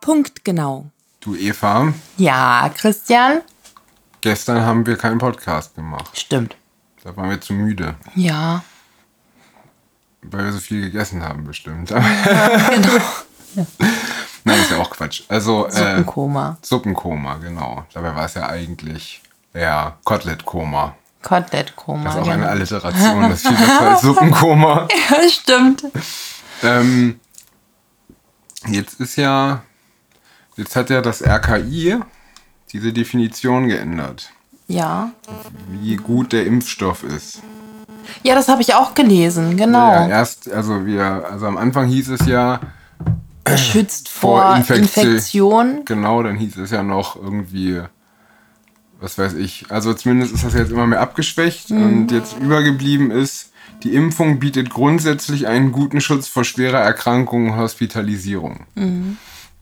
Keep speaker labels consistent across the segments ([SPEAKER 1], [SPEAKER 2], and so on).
[SPEAKER 1] Punktgenau.
[SPEAKER 2] Du Eva,
[SPEAKER 1] Ja, Christian?
[SPEAKER 2] gestern haben wir keinen Podcast gemacht.
[SPEAKER 1] Stimmt.
[SPEAKER 2] Da waren wir zu müde,
[SPEAKER 1] Ja.
[SPEAKER 2] weil wir so viel gegessen haben bestimmt.
[SPEAKER 1] Genau.
[SPEAKER 2] Nein, ist ja auch Quatsch. Also äh,
[SPEAKER 1] Suppenkoma.
[SPEAKER 2] Suppenkoma, genau. Dabei war es ja eigentlich ja, Kotelettkoma. Das
[SPEAKER 1] Kotelettkoma.
[SPEAKER 2] ist auch eine
[SPEAKER 1] Ah, Ja.
[SPEAKER 2] Alliteration, das ist viel besser als Suppenkoma.
[SPEAKER 1] ja, genau. stimmt.
[SPEAKER 2] Ähm, jetzt ist ja, jetzt hat ja das RKI diese Definition geändert,
[SPEAKER 1] Ja.
[SPEAKER 2] wie gut der Impfstoff ist.
[SPEAKER 1] Ja, das habe ich auch gelesen, genau.
[SPEAKER 2] Ja, erst, also wir, also am Anfang hieß es ja,
[SPEAKER 1] Schützt vor,
[SPEAKER 2] Vor Infekti-
[SPEAKER 1] Infektion.
[SPEAKER 2] genau, dann hieß es ja noch irgendwie, was weiß ich, also zumindest ist das jetzt immer mehr abgeschwächt
[SPEAKER 1] Mhm.
[SPEAKER 2] und jetzt übergeblieben ist, die Impfung bietet grundsätzlich einen guten Schutz vor schwerer Erkrankung und Hospitalisierung.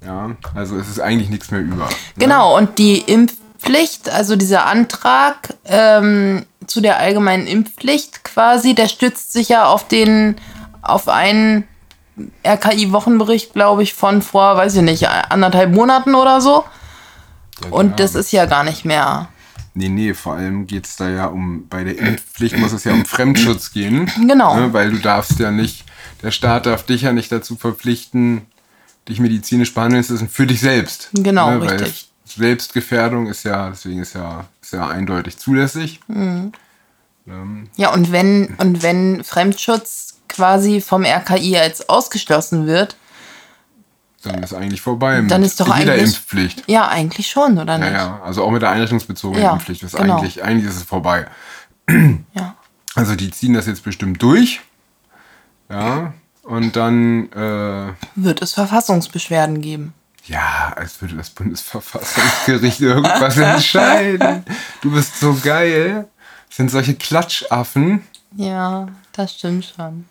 [SPEAKER 2] Ja, also es ist eigentlich nichts mehr über.
[SPEAKER 1] Mhm. Genau, und die Impfpflicht, also dieser Antrag ähm, zu der allgemeinen Impfpflicht quasi, der stützt sich ja auf den, auf einen RKI-Wochenbericht, glaube ich, von vor, weiß ich nicht, anderthalb Monaten oder so.
[SPEAKER 2] genau.
[SPEAKER 1] Und das ist ja gar nicht mehr.
[SPEAKER 2] Nee, nee, vor allem geht's da ja um, bei der Impfpflicht muss es ja um Fremdschutz gehen.
[SPEAKER 1] Genau.
[SPEAKER 2] Ne, weil du darfst ja nicht, der Staat darf dich ja nicht dazu verpflichten, dich medizinisch behandeln zu lassen für dich selbst. Ne,
[SPEAKER 1] Genau,
[SPEAKER 2] weil
[SPEAKER 1] richtig.
[SPEAKER 2] Selbstgefährdung ist ja, deswegen ist ja, ist ja eindeutig zulässig.
[SPEAKER 1] Mhm.
[SPEAKER 2] Ne,
[SPEAKER 1] Ja, und wenn, und wenn Fremdschutz quasi vom RKI als ausgeschlossen wird,
[SPEAKER 2] Dann ist eigentlich vorbei
[SPEAKER 1] Dann ist doch
[SPEAKER 2] jeder
[SPEAKER 1] eigentlich-
[SPEAKER 2] Impfpflicht.
[SPEAKER 1] ja, eigentlich schon, oder nicht?
[SPEAKER 2] Ja, ja, also auch mit der einrichtungsbezogenen
[SPEAKER 1] Ja,
[SPEAKER 2] Impfpflicht ist
[SPEAKER 1] genau.
[SPEAKER 2] eigentlich, eigentlich ist es vorbei.
[SPEAKER 1] ja.
[SPEAKER 2] Also die ziehen das jetzt bestimmt durch. Ja. Und dann, äh,
[SPEAKER 1] Wird es Verfassungsbeschwerden geben?
[SPEAKER 2] Ja, als würde das Bundesverfassungsgericht irgendwas entscheiden. Du bist so geil. Das sind solche Klatschaffen.
[SPEAKER 1] Ja, das stimmt schon.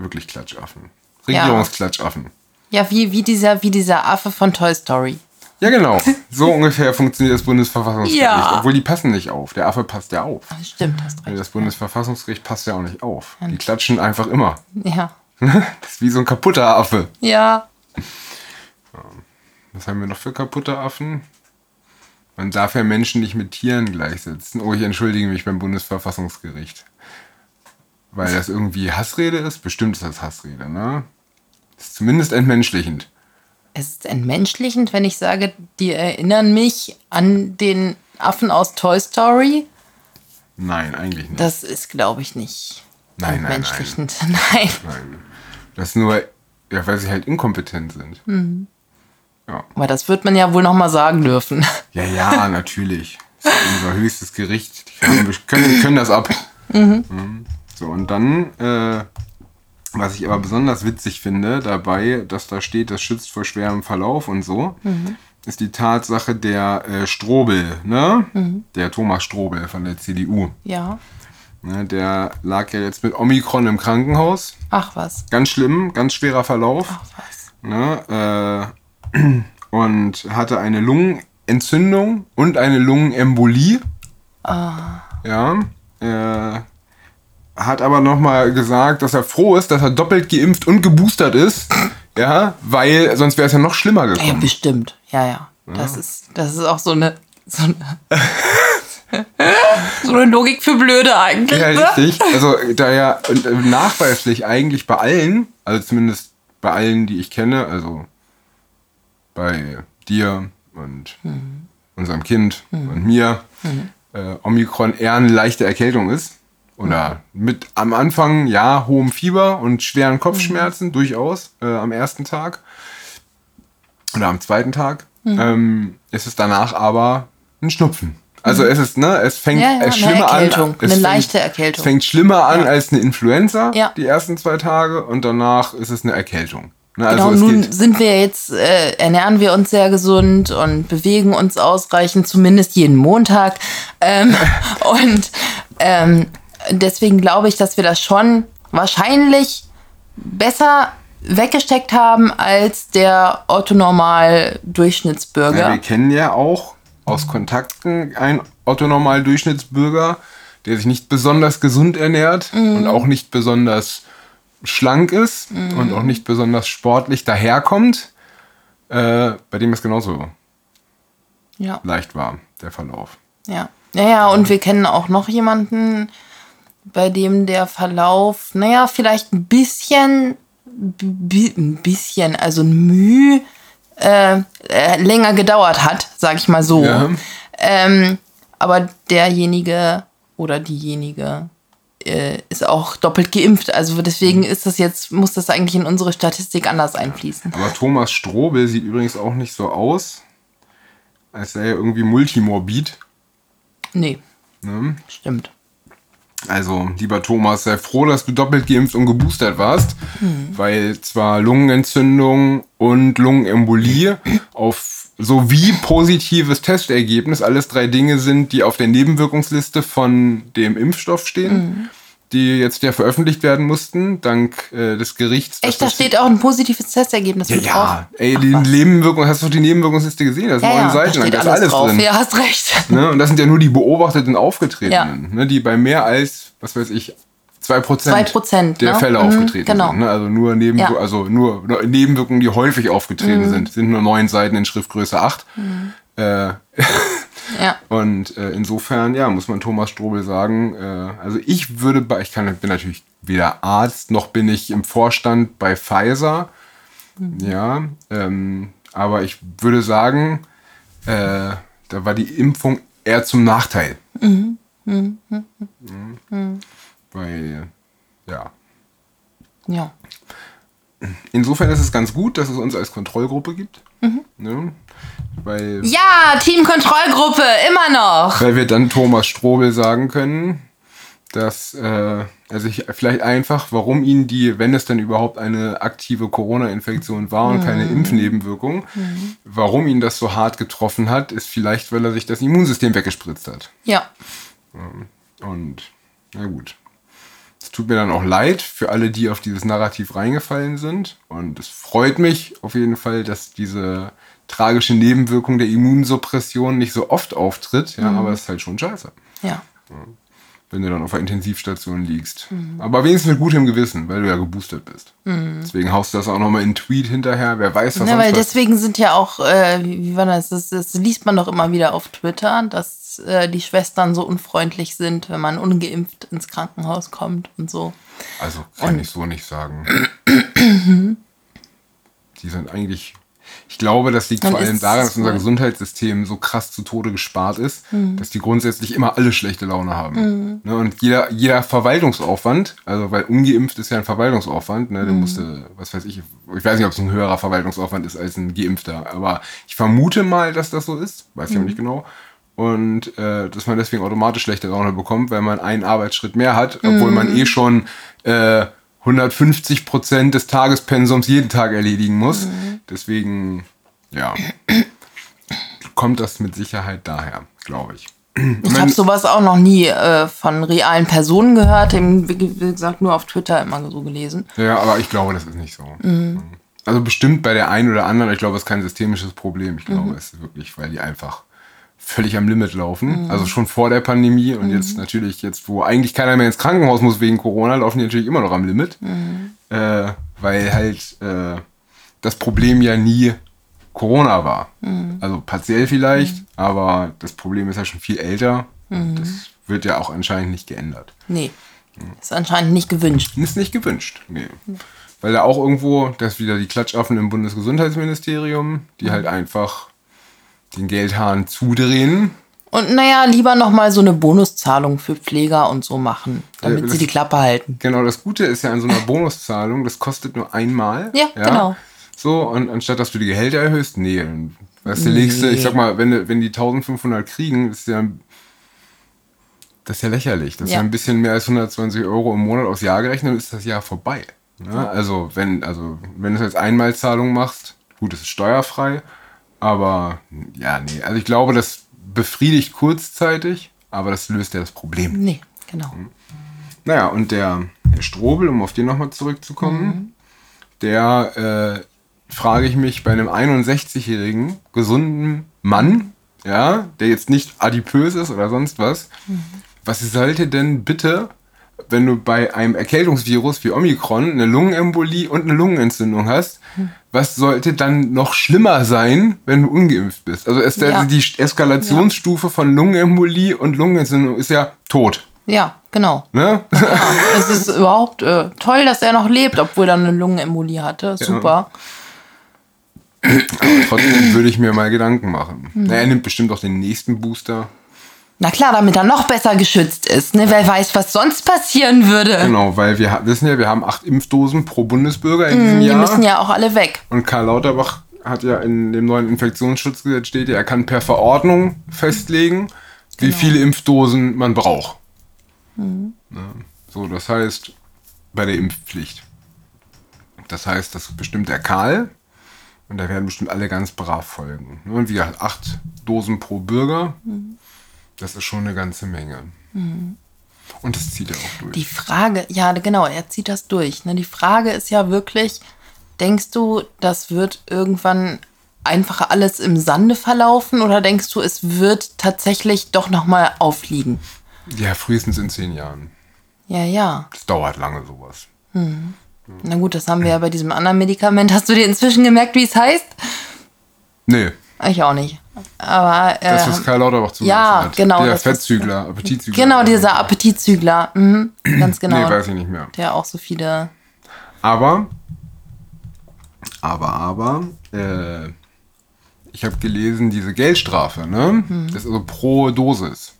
[SPEAKER 2] Wirklich Klatschaffen.
[SPEAKER 1] Ja.
[SPEAKER 2] Regierungsklatschaffen.
[SPEAKER 1] Ja, wie, wie, dieser, wie dieser Affe von Toy Story.
[SPEAKER 2] Ja. genau. So ungefähr funktioniert das Bundesverfassungsgericht.
[SPEAKER 1] Ja.
[SPEAKER 2] Obwohl die passen nicht auf. Der Affe passt ja auf.
[SPEAKER 1] Stimmt, hast recht.
[SPEAKER 2] Das Bundesverfassungsgericht passt ja auch nicht auf. Die klatschen einfach immer.
[SPEAKER 1] Ja.
[SPEAKER 2] Das ist wie so ein kaputter Affe.
[SPEAKER 1] Ja.
[SPEAKER 2] Was haben wir noch für kaputte Affen? Man darf ja Menschen nicht mit Tieren gleichsetzen. Oh, ich entschuldige mich beim Bundesverfassungsgericht. Weil das irgendwie Hassrede ist? Bestimmt ist das Hassrede, ne? Ist zumindest entmenschlichend.
[SPEAKER 1] Es ist entmenschlichend, wenn ich sage, die erinnern mich an den Affen aus Toy Story.
[SPEAKER 2] Nein, eigentlich nicht.
[SPEAKER 1] Das ist, glaube ich, nicht
[SPEAKER 2] Nein, nein,
[SPEAKER 1] entmenschlichend. Nein.
[SPEAKER 2] Nein. Das ist nur, ja, weil sie halt inkompetent sind.
[SPEAKER 1] Aber das wird man ja wohl nochmal sagen dürfen.
[SPEAKER 2] Ja, ja, natürlich. Das ist unser höchstes Gericht. Die können, können, können das ab. Mhm. So, und dann, äh, was ich aber besonders witzig finde dabei, dass da steht, das schützt vor schwerem Verlauf und so, ist die Tatsache der äh, Strobel, ne? Der Thomas Strobel von der CDU.
[SPEAKER 1] Ja.
[SPEAKER 2] Ne? Der lag ja jetzt mit Omikron im Krankenhaus.
[SPEAKER 1] Ach was.
[SPEAKER 2] Ganz schlimm, ganz schwerer Verlauf
[SPEAKER 1] Ach was.
[SPEAKER 2] ne, äh, und hatte eine Lungenentzündung und eine Lungenembolie. Ja. Äh, hat aber nochmal gesagt, dass er froh ist, dass er doppelt geimpft und geboostert ist. Ja, weil sonst wäre es ja noch schlimmer
[SPEAKER 1] Ja,
[SPEAKER 2] gekommen.
[SPEAKER 1] bestimmt. Ja, ja. Das ist, das ist auch so eine. So eine, so eine Logik für Blöde eigentlich.
[SPEAKER 2] Ja,
[SPEAKER 1] ne?
[SPEAKER 2] richtig. Also da ja und, äh, nachweislich eigentlich bei allen, also zumindest bei allen, die ich kenne, also bei dir und unserem Kind
[SPEAKER 1] Mhm.
[SPEAKER 2] und mir, äh, Omikron eher eine leichte Erkältung ist. Oder
[SPEAKER 1] Mhm.
[SPEAKER 2] mit am Anfang, ja, hohem Fieber und schweren Kopfschmerzen, durchaus, äh, am ersten Tag oder am zweiten Tag,
[SPEAKER 1] Mhm.
[SPEAKER 2] ähm, ist es danach aber ein Schnupfen. Also es ist, ne, es fängt
[SPEAKER 1] Mhm. Ja, ja,
[SPEAKER 2] es
[SPEAKER 1] eine
[SPEAKER 2] schlimmer an. Es
[SPEAKER 1] Erkältung, eine
[SPEAKER 2] fängt-
[SPEAKER 1] leichte Erkältung.
[SPEAKER 2] Es fängt schlimmer an als eine Influenza,
[SPEAKER 1] Ja.
[SPEAKER 2] die ersten zwei Tage, und danach ist es eine Erkältung. Ne,
[SPEAKER 1] Genau,
[SPEAKER 2] also es
[SPEAKER 1] nun
[SPEAKER 2] geht,
[SPEAKER 1] sind wir jetzt, äh, ernähren wir uns sehr gesund und bewegen uns ausreichend, zumindest jeden Montag. Ähm, und ähm, deswegen glaube ich, dass wir das schon wahrscheinlich besser weggesteckt haben als der
[SPEAKER 2] Ja, wir
[SPEAKER 1] Orthonormal-Durchschnittsbürger.
[SPEAKER 2] kennen ja auch aus Kontakten einen Otto-Normal-Durchschnittsbürger, der sich nicht besonders gesund ernährt und auch nicht Mhm. besonders schlank ist und auch nicht besonders sportlich daherkommt, äh, bei dem es genauso
[SPEAKER 1] Ja,
[SPEAKER 2] leicht war, der Verlauf.
[SPEAKER 1] ja. Ja, ja,
[SPEAKER 2] Ähm.
[SPEAKER 1] und wir kennen auch noch jemanden, bei dem der Verlauf, naja, vielleicht ein bisschen, bi- ein bisschen, also ein Mühe äh, äh, länger gedauert hat, sag ich mal so.
[SPEAKER 2] Ja.
[SPEAKER 1] Ähm, aber derjenige oder diejenige äh, ist auch doppelt geimpft. Also
[SPEAKER 2] Mhm.
[SPEAKER 1] deswegen ist das jetzt, muss das eigentlich in unsere Statistik anders einfließen.
[SPEAKER 2] Aber Thomas Strobel sieht übrigens auch nicht so aus, als sei er irgendwie multimorbid.
[SPEAKER 1] Nee,
[SPEAKER 2] Ne?
[SPEAKER 1] stimmt.
[SPEAKER 2] Also, lieber Thomas, sei froh, dass du doppelt geimpft und geboostert warst,
[SPEAKER 1] Hm.
[SPEAKER 2] weil zwar Lungenentzündung und Lungenembolie auf sowie positives Testergebnis alles drei Dinge sind, die auf der Nebenwirkungsliste von dem Impfstoff stehen,
[SPEAKER 1] Hm.
[SPEAKER 2] die jetzt ja veröffentlicht werden mussten, dank äh, des Gerichts. dass
[SPEAKER 1] Echt, da
[SPEAKER 2] das-
[SPEAKER 1] steht auch ein positives Testergebnis mit drauf.
[SPEAKER 2] Ja, ey, die Nebenwirkung, hast du doch die Nebenwirkungsliste gesehen? Da ist
[SPEAKER 1] Ja,
[SPEAKER 2] neun
[SPEAKER 1] ja, da
[SPEAKER 2] Seiten lang,
[SPEAKER 1] steht
[SPEAKER 2] da ist
[SPEAKER 1] alles,
[SPEAKER 2] alles
[SPEAKER 1] drauf.
[SPEAKER 2] drin.
[SPEAKER 1] Ja, hast recht.
[SPEAKER 2] Ne? Und das sind ja nur die beobachteten Aufgetretenen, ne? die bei mehr als, was weiß ich, 2%,
[SPEAKER 1] 2%,
[SPEAKER 2] der
[SPEAKER 1] ne?
[SPEAKER 2] Fälle
[SPEAKER 1] Mhm,
[SPEAKER 2] aufgetreten
[SPEAKER 1] genau.
[SPEAKER 2] sind. Ne? Also nur, Nebenwir
[SPEAKER 1] Ja. Mhm.
[SPEAKER 2] also nur nur Nebenwirkungen, die häufig aufgetreten sind, sind nur neun Seiten in Schriftgröße 8. Äh,
[SPEAKER 1] Ja.
[SPEAKER 2] und äh, insofern, ja, muss man Thomas Strobel sagen, äh, also ich würde bei, ich kann, bin natürlich weder Arzt, noch bin ich im Vorstand bei Pfizer. Ja, ähm, aber ich würde sagen, äh, da war die Impfung eher zum Nachteil. Mhm. Weil, ja.
[SPEAKER 1] ja.
[SPEAKER 2] Insofern ist es ganz gut, dass es uns als Kontrollgruppe gibt. Ne? Weil
[SPEAKER 1] Ja, Teamkontrollgruppe, immer noch.
[SPEAKER 2] Weil wir dann Thomas Strobel sagen können, dass äh, er sich vielleicht einfach, warum ihn die, wenn es denn überhaupt eine aktive Corona-Infektion war und keine Impfnebenwirkung, warum ihn das so hart getroffen hat, ist vielleicht, weil er sich das Immunsystem weggespritzt hat.
[SPEAKER 1] Ja.
[SPEAKER 2] Und na gut. Es tut mir dann auch leid für alle, die auf dieses Narrativ reingefallen sind. Und es freut mich auf jeden Fall, dass diese tragische Nebenwirkung der Immunsuppression nicht so oft auftritt. Ja, aber es ist halt schon scheiße
[SPEAKER 1] Ja.
[SPEAKER 2] wenn du dann auf der Intensivstation liegst.
[SPEAKER 1] Mhm.
[SPEAKER 2] Aber wenigstens mit gutem Gewissen, weil du ja geboostert bist. Deswegen haust du das auch nochmal in einen Tweet hinterher. Wer weiß, was
[SPEAKER 1] Na, Ne, weil
[SPEAKER 2] sonst was.
[SPEAKER 1] deswegen sind ja auch, äh, wie wie war das? das? Das liest man doch immer wieder auf Twitter, dass äh, die Schwestern so unfreundlich sind, wenn man ungeimpft ins Krankenhaus kommt und so.
[SPEAKER 2] Also kann ich so nicht sagen.
[SPEAKER 1] Mhm.
[SPEAKER 2] Die sind eigentlich. Ich glaube, das liegt
[SPEAKER 1] Dann
[SPEAKER 2] vor allem
[SPEAKER 1] ist's
[SPEAKER 2] daran, dass unser
[SPEAKER 1] wohl.
[SPEAKER 2] Gesundheitssystem so krass zu Tode gespart ist, dass die grundsätzlich immer alle schlechte Laune haben. Ne, und jeder, jeder Verwaltungsaufwand, also weil ungeimpft ist ja ein Verwaltungsaufwand, ne, du musst, äh, was weiß ich, ich weiß nicht, ob es ein höherer Verwaltungsaufwand ist als ein geimpfter, aber ich vermute mal, dass das so ist, weiß ich aber nicht genau. Und äh, dass man deswegen automatisch schlechte Laune bekommt, weil man einen Arbeitsschritt mehr hat, obwohl man eh schon äh, 150 Prozent des Tagespensums jeden Tag erledigen muss. Deswegen, ja, kommt das mit Sicherheit daher, glaube ich.
[SPEAKER 1] Ich habe sowas auch noch nie äh, von realen Personen gehört, eben, wie wie gesagt, nur auf Twitter immer so gelesen.
[SPEAKER 2] Ja, aber ich glaube, das ist nicht so. Also bestimmt bei der einen oder anderen, ich glaube, es ist kein systemisches Problem. Ich glaube, es ist wirklich, weil die einfach völlig am Limit laufen. Also schon vor der Pandemie und jetzt natürlich, jetzt, wo eigentlich keiner mehr ins Krankenhaus muss wegen Corona, laufen die natürlich immer noch am Limit. Äh, weil halt äh, das Problem ja nie Corona war. Also partiell vielleicht, aber das Problem ist ja schon viel älter. Und das wird ja auch anscheinend nicht geändert.
[SPEAKER 1] Nee, ist anscheinend nicht gewünscht.
[SPEAKER 2] Ist nicht gewünscht. Nee. Weil da auch irgendwo, das ist wieder die Klatschaffen im Bundesgesundheitsministerium, die halt einfach den Geldhahn zudrehen.
[SPEAKER 1] Und naja, lieber nochmal so eine Bonuszahlung für Pfleger und so machen, damit
[SPEAKER 2] Ja, das-
[SPEAKER 1] sie die Klappe halten.
[SPEAKER 2] Genau, das Gute ist ja an so einer Bonuszahlung, das kostet nur einmal.
[SPEAKER 1] Ja, genau.
[SPEAKER 2] So, und anstatt dass du die Gehälter erhöhst, nee, dann, weißt du, legst du, ich sag mal, wenn, du- wenn die 1500 kriegen, ist ja, das ist ja lächerlich. Das ist ja
[SPEAKER 1] Ja.
[SPEAKER 2] ein bisschen mehr als 120 Euro im Monat aufs Jahr gerechnet, ist das Jahr vorbei. Ja, also, wenn, also, wenn du es als Einmalzahlung machst, gut, es ist steuerfrei, aber ja, nee, also ich glaube, das befriedigt kurzzeitig, aber das löst ja das Problem
[SPEAKER 1] Nee, genau.
[SPEAKER 2] naja, und der, der Strobel, um auf den nochmal zurückzukommen, der äh, frage ich mich bei einem 61-jährigen gesunden Mann, ja, der jetzt nicht adipös ist oder sonst was, was sollte denn bitte wenn du bei einem Erkältungsvirus wie Omikron eine Lungenembolie und eine Lungenentzündung hast, was sollte dann noch schlimmer sein, wenn du ungeimpft bist? Also ist der,
[SPEAKER 1] Ja.
[SPEAKER 2] die Eskalationsstufe von Lungenembolie und Lungenentzündung ist ja tot.
[SPEAKER 1] Ja, genau.
[SPEAKER 2] Ne?
[SPEAKER 1] Es ist überhaupt äh, toll, dass er noch lebt, obwohl er eine Lungenembolie hatte. Super.
[SPEAKER 2] Trotzdem würde ich mir mal Gedanken machen. Na, er nimmt bestimmt auch den nächsten Booster.
[SPEAKER 1] Na klar, damit er noch besser geschützt ist. Ne? Wer weiß, was sonst passieren würde.
[SPEAKER 2] Genau, weil wir ha- wissen ja, wir haben acht Impfdosen pro Bundesbürger in diesem
[SPEAKER 1] Die
[SPEAKER 2] Jahr.
[SPEAKER 1] müssen ja auch alle weg.
[SPEAKER 2] Und Karl Lauterbach hat ja in dem neuen Infektionsschutzgesetz steht ja, er kann per Verordnung festlegen, wie viele Impfdosen man braucht. Ne? So, das heißt, bei der Impfpflicht. Das heißt, das bestimmt der Karl. Und da werden bestimmt alle ganz brav folgen. Ne? Und wie gesagt, acht Dosen pro Bürger, das ist schon eine ganze Menge. Und das zieht er auch durch.
[SPEAKER 1] Die Frage, ja genau, er zieht das durch. Ne? Die Frage ist ja wirklich, denkst du, das wird irgendwann einfach alles im Sande verlaufen oder denkst du, es wird tatsächlich doch nochmal aufliegen?
[SPEAKER 2] ja, frühestens in zehn Jahren.
[SPEAKER 1] Ja, ja.
[SPEAKER 2] Das dauert lange sowas.
[SPEAKER 1] Na gut, das haben wir ja bei diesem anderen Medikament. Hast du dir inzwischen gemerkt, wie es heißt?
[SPEAKER 2] Nee,
[SPEAKER 1] Ich auch nicht. Aber äh,
[SPEAKER 2] Das, was Karl Lauterbach zugelassen
[SPEAKER 1] ja,
[SPEAKER 2] hat.
[SPEAKER 1] genau,
[SPEAKER 2] Der
[SPEAKER 1] das, was-
[SPEAKER 2] Fettzügler, Appetitzügler.
[SPEAKER 1] genau dieser Appetitzügler. Mhm, ganz genau.
[SPEAKER 2] Nee, weiß ich nicht mehr.
[SPEAKER 1] Der auch so viele.
[SPEAKER 2] Aber, aber, aber, äh, ich habe gelesen, diese Geldstrafe, ne?
[SPEAKER 1] Mhm.
[SPEAKER 2] Das ist also pro Dosis.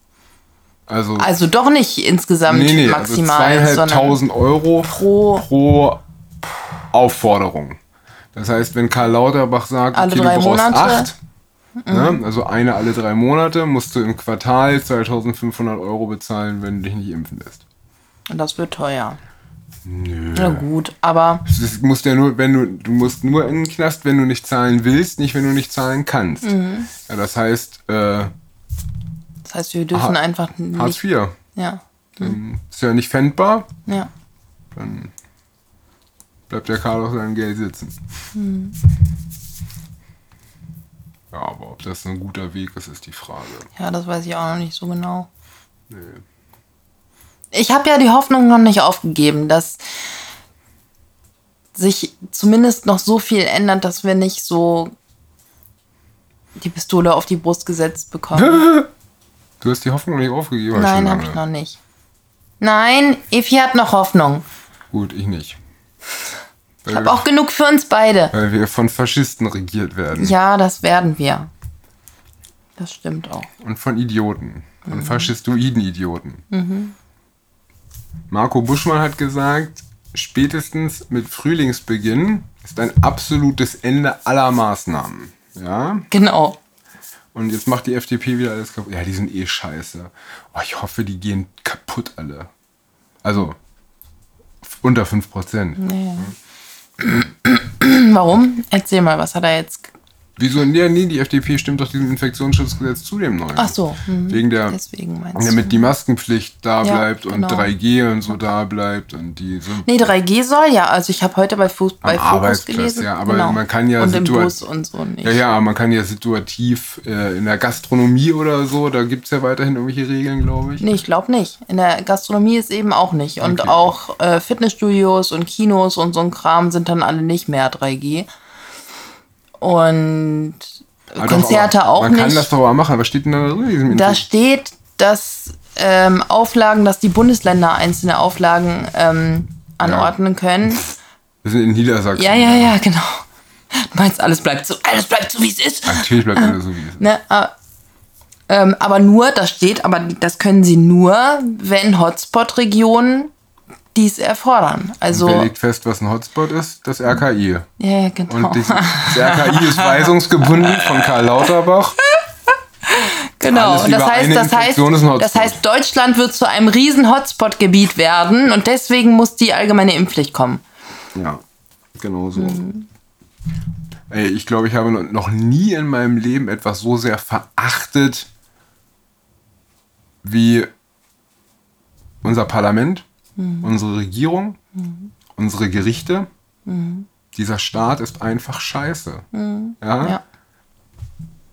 [SPEAKER 2] Also,
[SPEAKER 1] Also doch nicht insgesamt
[SPEAKER 2] nee, nee, also
[SPEAKER 1] maximal, sondern
[SPEAKER 2] zweieinhalbtausend Euro
[SPEAKER 1] Pro-
[SPEAKER 2] pro Aufforderung. Das heißt, wenn Karl Lauterbach sagt,
[SPEAKER 1] Alle
[SPEAKER 2] okay,
[SPEAKER 1] drei
[SPEAKER 2] du brauchst
[SPEAKER 1] Monate. Mhm.
[SPEAKER 2] acht, ne? also eine alle drei Monate, musst du im Quartal 2500 Euro bezahlen, wenn du dich nicht impfen lässt.
[SPEAKER 1] und das wird teuer.
[SPEAKER 2] Nö.
[SPEAKER 1] Na gut, aber
[SPEAKER 2] Das musst ja nur, wenn du, du musst nur in den Knast, wenn du nicht zahlen willst, nicht wenn du nicht zahlen kannst.
[SPEAKER 1] Mhm.
[SPEAKER 2] Ja, das heißt, äh,
[SPEAKER 1] das heißt, wir dürfen
[SPEAKER 2] Ha-
[SPEAKER 1] einfach nicht.
[SPEAKER 2] Hartz IV.
[SPEAKER 1] Ja,
[SPEAKER 2] Dann Ist ja nicht fändbar,
[SPEAKER 1] ja.
[SPEAKER 2] dann bleibt der Karl auf seinem Geld sitzen.
[SPEAKER 1] Hm.
[SPEAKER 2] Ja, aber ob das ein guter Weg ist, ist die Frage.
[SPEAKER 1] Ja, das weiß ich auch noch nicht so genau.
[SPEAKER 2] Nee.
[SPEAKER 1] Ich habe ja die Hoffnung noch nicht aufgegeben, dass sich zumindest noch so viel ändert, dass wir nicht so die Pistole auf die Brust gesetzt bekommen.
[SPEAKER 2] Du hast die Hoffnung nicht aufgegeben. hab
[SPEAKER 1] Nein,
[SPEAKER 2] schon
[SPEAKER 1] habe
[SPEAKER 2] lange.
[SPEAKER 1] Hm? ich noch nicht. Nein, Evi hat noch Hoffnung.
[SPEAKER 2] Gut, ich nicht.
[SPEAKER 1] Ich
[SPEAKER 2] Weil,
[SPEAKER 1] habe auch genug für uns beide.
[SPEAKER 2] weil wir von Faschisten regiert werden.
[SPEAKER 1] Ja, das werden wir. Das stimmt auch.
[SPEAKER 2] Und von Idioten.
[SPEAKER 1] Mhm.
[SPEAKER 2] Von faschistoiden Idioten. Marco Buschmann hat gesagt, spätestens mit Frühlingsbeginn ist ein absolutes Ende aller Maßnahmen. Ja,
[SPEAKER 1] Genau.
[SPEAKER 2] und jetzt macht die FDP wieder alles kaputt. Ja, die sind eh scheiße. Oh, ich hoffe, die gehen kaputt alle. Also f- unter 5%.
[SPEAKER 1] Naja. Warum? Erzähl mal, was hat er jetzt?
[SPEAKER 2] Wieso? Nee, nee, die FDP stimmt doch diesem Infektionsschutzgesetz zu, dem neuen.
[SPEAKER 1] Ach so, mhm.
[SPEAKER 2] Wegen der
[SPEAKER 1] Deswegen meinst du.
[SPEAKER 2] Damit die Maskenpflicht da
[SPEAKER 1] Ja,
[SPEAKER 2] bleibt
[SPEAKER 1] genau.
[SPEAKER 2] und 3G und so da bleibt und die so.
[SPEAKER 1] Nee, 3G soll ja. Also ich habe heute bei, Fuß, bei Fokus
[SPEAKER 2] Arbeitsplatz,
[SPEAKER 1] gelesen. genau.
[SPEAKER 2] ja, aber man kann ja
[SPEAKER 1] Und im
[SPEAKER 2] situa-
[SPEAKER 1] Bus und so nicht.
[SPEAKER 2] Ja, ja, man kann ja situativ äh, in der Gastronomie oder so, da gibt es ja weiterhin irgendwelche Regeln, glaube ich.
[SPEAKER 1] Nee, ich glaube nicht. In der Gastronomie ist eben auch nicht. Und auch äh, Fitnessstudios und Kinos und so ein Kram sind dann alle nicht mehr 3G. Und
[SPEAKER 2] Aber Ah, doch,
[SPEAKER 1] Konzerte
[SPEAKER 2] aber,
[SPEAKER 1] auch
[SPEAKER 2] man
[SPEAKER 1] nicht.
[SPEAKER 2] Man kann das doch mal machen. Was steht denn da drin in diesem
[SPEAKER 1] Da
[SPEAKER 2] Infekt-
[SPEAKER 1] steht, dass ähm, Auflagen, dass die Bundesländer einzelne Auflagen ähm, anordnen können.
[SPEAKER 2] Wir sind in Niedersachsen.
[SPEAKER 1] Ja, ja, ja, genau. Du meinst, alles bleibt so, alles bleibt so, wie es ist.
[SPEAKER 2] Natürlich bleibt alles so, wie es ist.
[SPEAKER 1] Ne, äh, ähm, aber nur, da steht, aber das können sie nur, wenn Hotspot-Regionen dies erfordern. Also,
[SPEAKER 2] Wer legt fest, was ein Hotspot ist? Das RKI.
[SPEAKER 1] ja, ja,
[SPEAKER 2] Und
[SPEAKER 1] genau.
[SPEAKER 2] das RKI ist weisungsgebunden von Karl Lauterbach.
[SPEAKER 1] genau.
[SPEAKER 2] alles
[SPEAKER 1] Und das
[SPEAKER 2] über
[SPEAKER 1] heißt,
[SPEAKER 2] eine
[SPEAKER 1] das heißt,
[SPEAKER 2] Infektion ist ein
[SPEAKER 1] das
[SPEAKER 2] Hotspot.
[SPEAKER 1] heißt, Deutschland wird zu einem riesen Hotspot-Gebiet werden und deswegen muss die allgemeine Impfpflicht kommen.
[SPEAKER 2] Ja, genau so. Ey, ich glaube, ich habe no- noch nie in meinem Leben etwas so sehr verachtet wie unser Parlament, unsere Regierung, unsere Gerichte. Dieser Staat ist einfach scheiße. Ja?
[SPEAKER 1] Ja.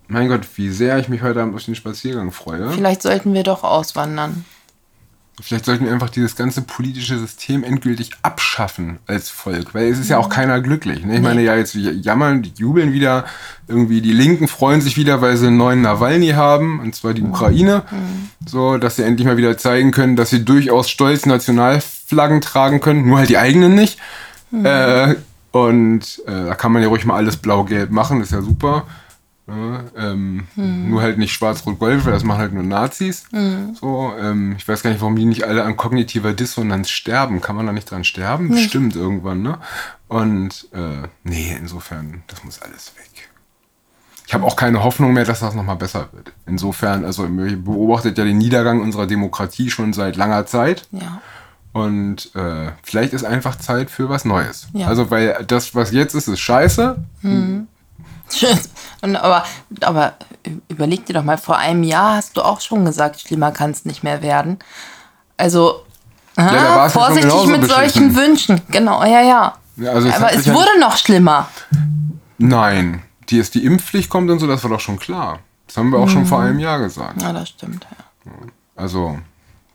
[SPEAKER 2] Mein Gott, wie sehr ich mich heute Abend auf den Spaziergang freue.
[SPEAKER 1] Vielleicht sollten wir doch auswandern.
[SPEAKER 2] Vielleicht sollten wir einfach dieses ganze politische System endgültig abschaffen als Volk, weil es ist ja auch keiner glücklich. Ne? Ich meine, ja, jetzt jammern, die jubeln wieder, irgendwie die Linken freuen sich wieder, weil sie einen neuen Nawalny haben, und zwar die Ukraine, so, dass sie endlich mal wieder zeigen können, dass sie durchaus stolz Nationalflaggen tragen können, nur halt die eigenen nicht. Äh, und äh, da kann man ja ruhig mal alles blau-gelb machen, ist ja super. Ja, ähm, Nur halt nicht schwarz-rot-gold, weil das machen halt nur Nazis. So, ähm, ich weiß gar nicht, warum die nicht alle an kognitiver Dissonanz sterben. Kann man da nicht dran sterben? Bestimmt irgendwann, ne? Und äh, nee, insofern, das muss alles weg. Ich habe auch keine Hoffnung mehr, dass das nochmal besser wird. Insofern, also ihr beobachtet ja den Niedergang unserer Demokratie schon seit langer Zeit.
[SPEAKER 1] Ja.
[SPEAKER 2] Und äh, vielleicht ist einfach Zeit für was Neues.
[SPEAKER 1] Ja.
[SPEAKER 2] Also, weil das, was jetzt ist, ist scheiße.
[SPEAKER 1] Tschüss. Und aber, aber überleg dir doch mal, vor einem Jahr hast du auch schon gesagt, schlimmer kann es nicht mehr werden. Also
[SPEAKER 2] da
[SPEAKER 1] ah,
[SPEAKER 2] war's ja schon
[SPEAKER 1] vorsichtig
[SPEAKER 2] genauso
[SPEAKER 1] mit
[SPEAKER 2] beschissen.
[SPEAKER 1] solchen Wünschen. Genau, ja, ja.
[SPEAKER 2] Ja, also es
[SPEAKER 1] aber
[SPEAKER 2] hat
[SPEAKER 1] es
[SPEAKER 2] sich ja-
[SPEAKER 1] wurde noch schlimmer.
[SPEAKER 2] Nein, die ist die Impfpflicht kommt und so, das war doch schon klar. Das haben wir auch schon vor einem Jahr gesagt.
[SPEAKER 1] Ja, das stimmt. Ja.
[SPEAKER 2] Also,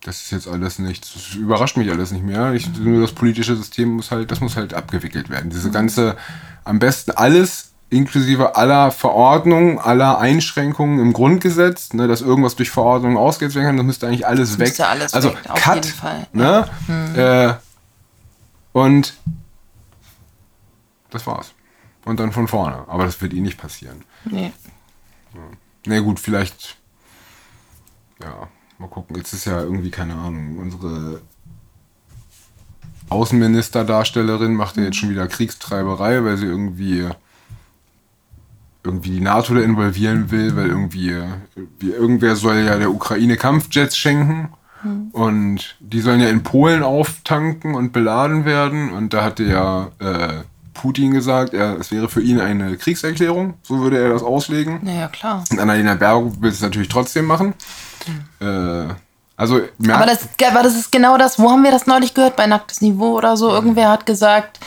[SPEAKER 2] das ist jetzt alles nichts. Das überrascht mich alles nicht mehr. Ich, nur das politische System muss halt, das muss halt abgewickelt werden. Diese
[SPEAKER 1] Mhm.
[SPEAKER 2] ganze, am besten alles inklusive aller Verordnungen, aller Einschränkungen im Grundgesetz, ne, dass irgendwas durch Verordnungen ausgesetzt werden kann, das müsste eigentlich alles weg.
[SPEAKER 1] müsste alles
[SPEAKER 2] also
[SPEAKER 1] weg, auf
[SPEAKER 2] Cut,
[SPEAKER 1] jeden Fall.
[SPEAKER 2] Ne? Äh, und das war's. Und dann von vorne. Aber das wird eh nicht passieren.
[SPEAKER 1] Nee.
[SPEAKER 2] Na gut, vielleicht. Ja, mal gucken. Jetzt ist ja irgendwie, keine Ahnung, unsere Außenministerdarstellerin macht ja jetzt schon wieder Kriegstreiberei, weil sie irgendwie irgendwie die NATO da involvieren will, weil irgendwie wie irgendwer soll ja der Ukraine Kampfjets schenken und die sollen ja in Polen auftanken und beladen werden und da hatte ja äh, Putin gesagt, er, es wäre für ihn eine Kriegserklärung, so würde er das auslegen.
[SPEAKER 1] Naja, klar.
[SPEAKER 2] Und Annalena Baerbock will es natürlich trotzdem machen. Äh, also merkt,
[SPEAKER 1] Aber das, aber das ist genau das, wo haben wir das neulich gehört? Bei Nacktes Niveau oder so. Irgendwer hat gesagt,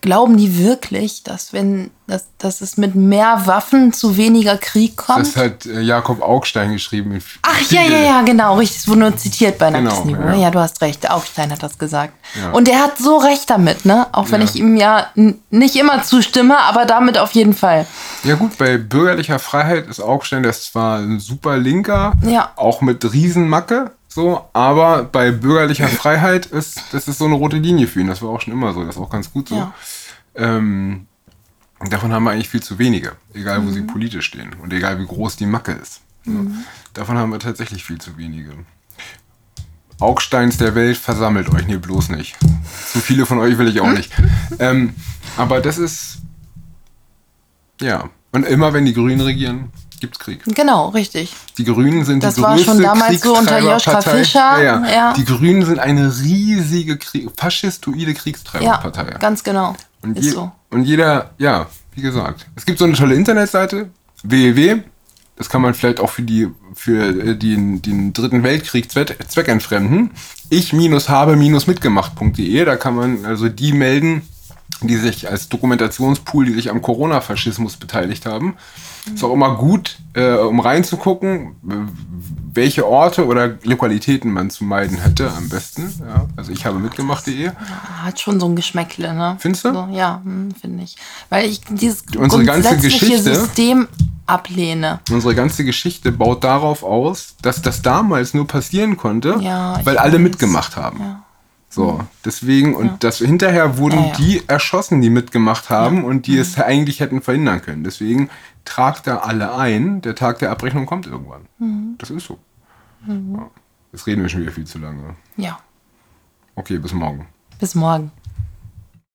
[SPEAKER 1] glauben die wirklich, dass, wenn, dass, dass es mit mehr Waffen zu weniger Krieg kommt?
[SPEAKER 2] das hat äh, Jakob Augstein geschrieben. in
[SPEAKER 1] Ach ja,
[SPEAKER 2] Spiegel.
[SPEAKER 1] ja, ja, genau, richtig. Es wurde nur zitiert bei Nacktes
[SPEAKER 2] Genau,
[SPEAKER 1] Niveau.
[SPEAKER 2] ja.
[SPEAKER 1] Ja. du hast recht. Augstein hat das gesagt.
[SPEAKER 2] Ja.
[SPEAKER 1] Und er hat so recht damit, ne? Auch wenn
[SPEAKER 2] Ja.
[SPEAKER 1] ich ihm ja n- nicht immer zustimme, aber damit auf jeden Fall.
[SPEAKER 2] Ja gut, bei bürgerlicher Freiheit ist Augstein, der ist zwar ein super Linker,
[SPEAKER 1] Ja.
[SPEAKER 2] auch mit Riesenmacke, so, aber bei bürgerlicher Freiheit ist, das ist so eine rote Linie für ihn. Das war auch schon immer so, das ist auch ganz gut so.
[SPEAKER 1] Ja.
[SPEAKER 2] Ähm, und davon haben wir eigentlich viel zu wenige, egal wo sie
[SPEAKER 1] Mhm.
[SPEAKER 2] politisch stehen und egal wie groß die Macke ist. So. Davon haben wir tatsächlich viel zu wenige. Augsteins der Welt, versammelt euch, nee, bloß nicht. Zu viele von euch will ich auch nicht. Ähm, aber das ist, ja. Und immer wenn die Grünen regieren, gibt's Krieg.
[SPEAKER 1] Genau, richtig.
[SPEAKER 2] Die Grünen sind
[SPEAKER 1] Das
[SPEAKER 2] die
[SPEAKER 1] war
[SPEAKER 2] größte
[SPEAKER 1] schon damals so unter Joschka
[SPEAKER 2] Kriegstreiberpartei.
[SPEAKER 1] Fischer.
[SPEAKER 2] Ja, ja.
[SPEAKER 1] Ja.
[SPEAKER 2] Die Grünen sind eine riesige Krieg faschistoide
[SPEAKER 1] Ja,
[SPEAKER 2] Kriegstreiberpartei.
[SPEAKER 1] ganz genau.
[SPEAKER 2] und,
[SPEAKER 1] Ist
[SPEAKER 2] je
[SPEAKER 1] so.
[SPEAKER 2] und jeder, ja, wie gesagt, es gibt so eine tolle Internetseite www. Das kann man vielleicht auch für die für äh, den, den dritten Weltkrieg zweck, zweckentfremden. Ich-habe-mitgemacht.de. Da kann man also die melden, die sich als Dokumentationspool, die sich am Corona-Faschismus beteiligt haben. Ist auch immer gut, äh, um reinzugucken, w- welche Orte oder Lokalitäten man zu meiden hätte am besten. Ja, also ich habe mitgemacht.de.
[SPEAKER 1] Hat schon so ein Geschmäckle, ne?
[SPEAKER 2] Findest du?
[SPEAKER 1] So, ja, hm, finde ich. Weil ich dieses
[SPEAKER 2] Unsere ganze
[SPEAKER 1] grundsätzliche
[SPEAKER 2] Geschichte-
[SPEAKER 1] System ablehne.
[SPEAKER 2] Unsere ganze Geschichte baut darauf aus, dass das damals nur passieren konnte,
[SPEAKER 1] Ja, ich
[SPEAKER 2] weil alle
[SPEAKER 1] weiß.
[SPEAKER 2] mitgemacht haben.
[SPEAKER 1] Ja.
[SPEAKER 2] So, deswegen, und das hinterher wurden
[SPEAKER 1] Ja, Mhm. ja.
[SPEAKER 2] die erschossen, die mitgemacht haben und die es eigentlich hätten verhindern können. Deswegen tragt da alle ein, der Tag der Abrechnung kommt irgendwann.
[SPEAKER 1] Mhm.
[SPEAKER 2] Das ist so. Ja. Jetzt reden wir schon wieder viel zu lange.
[SPEAKER 1] ja.
[SPEAKER 2] Okay, bis morgen.
[SPEAKER 1] Bis morgen.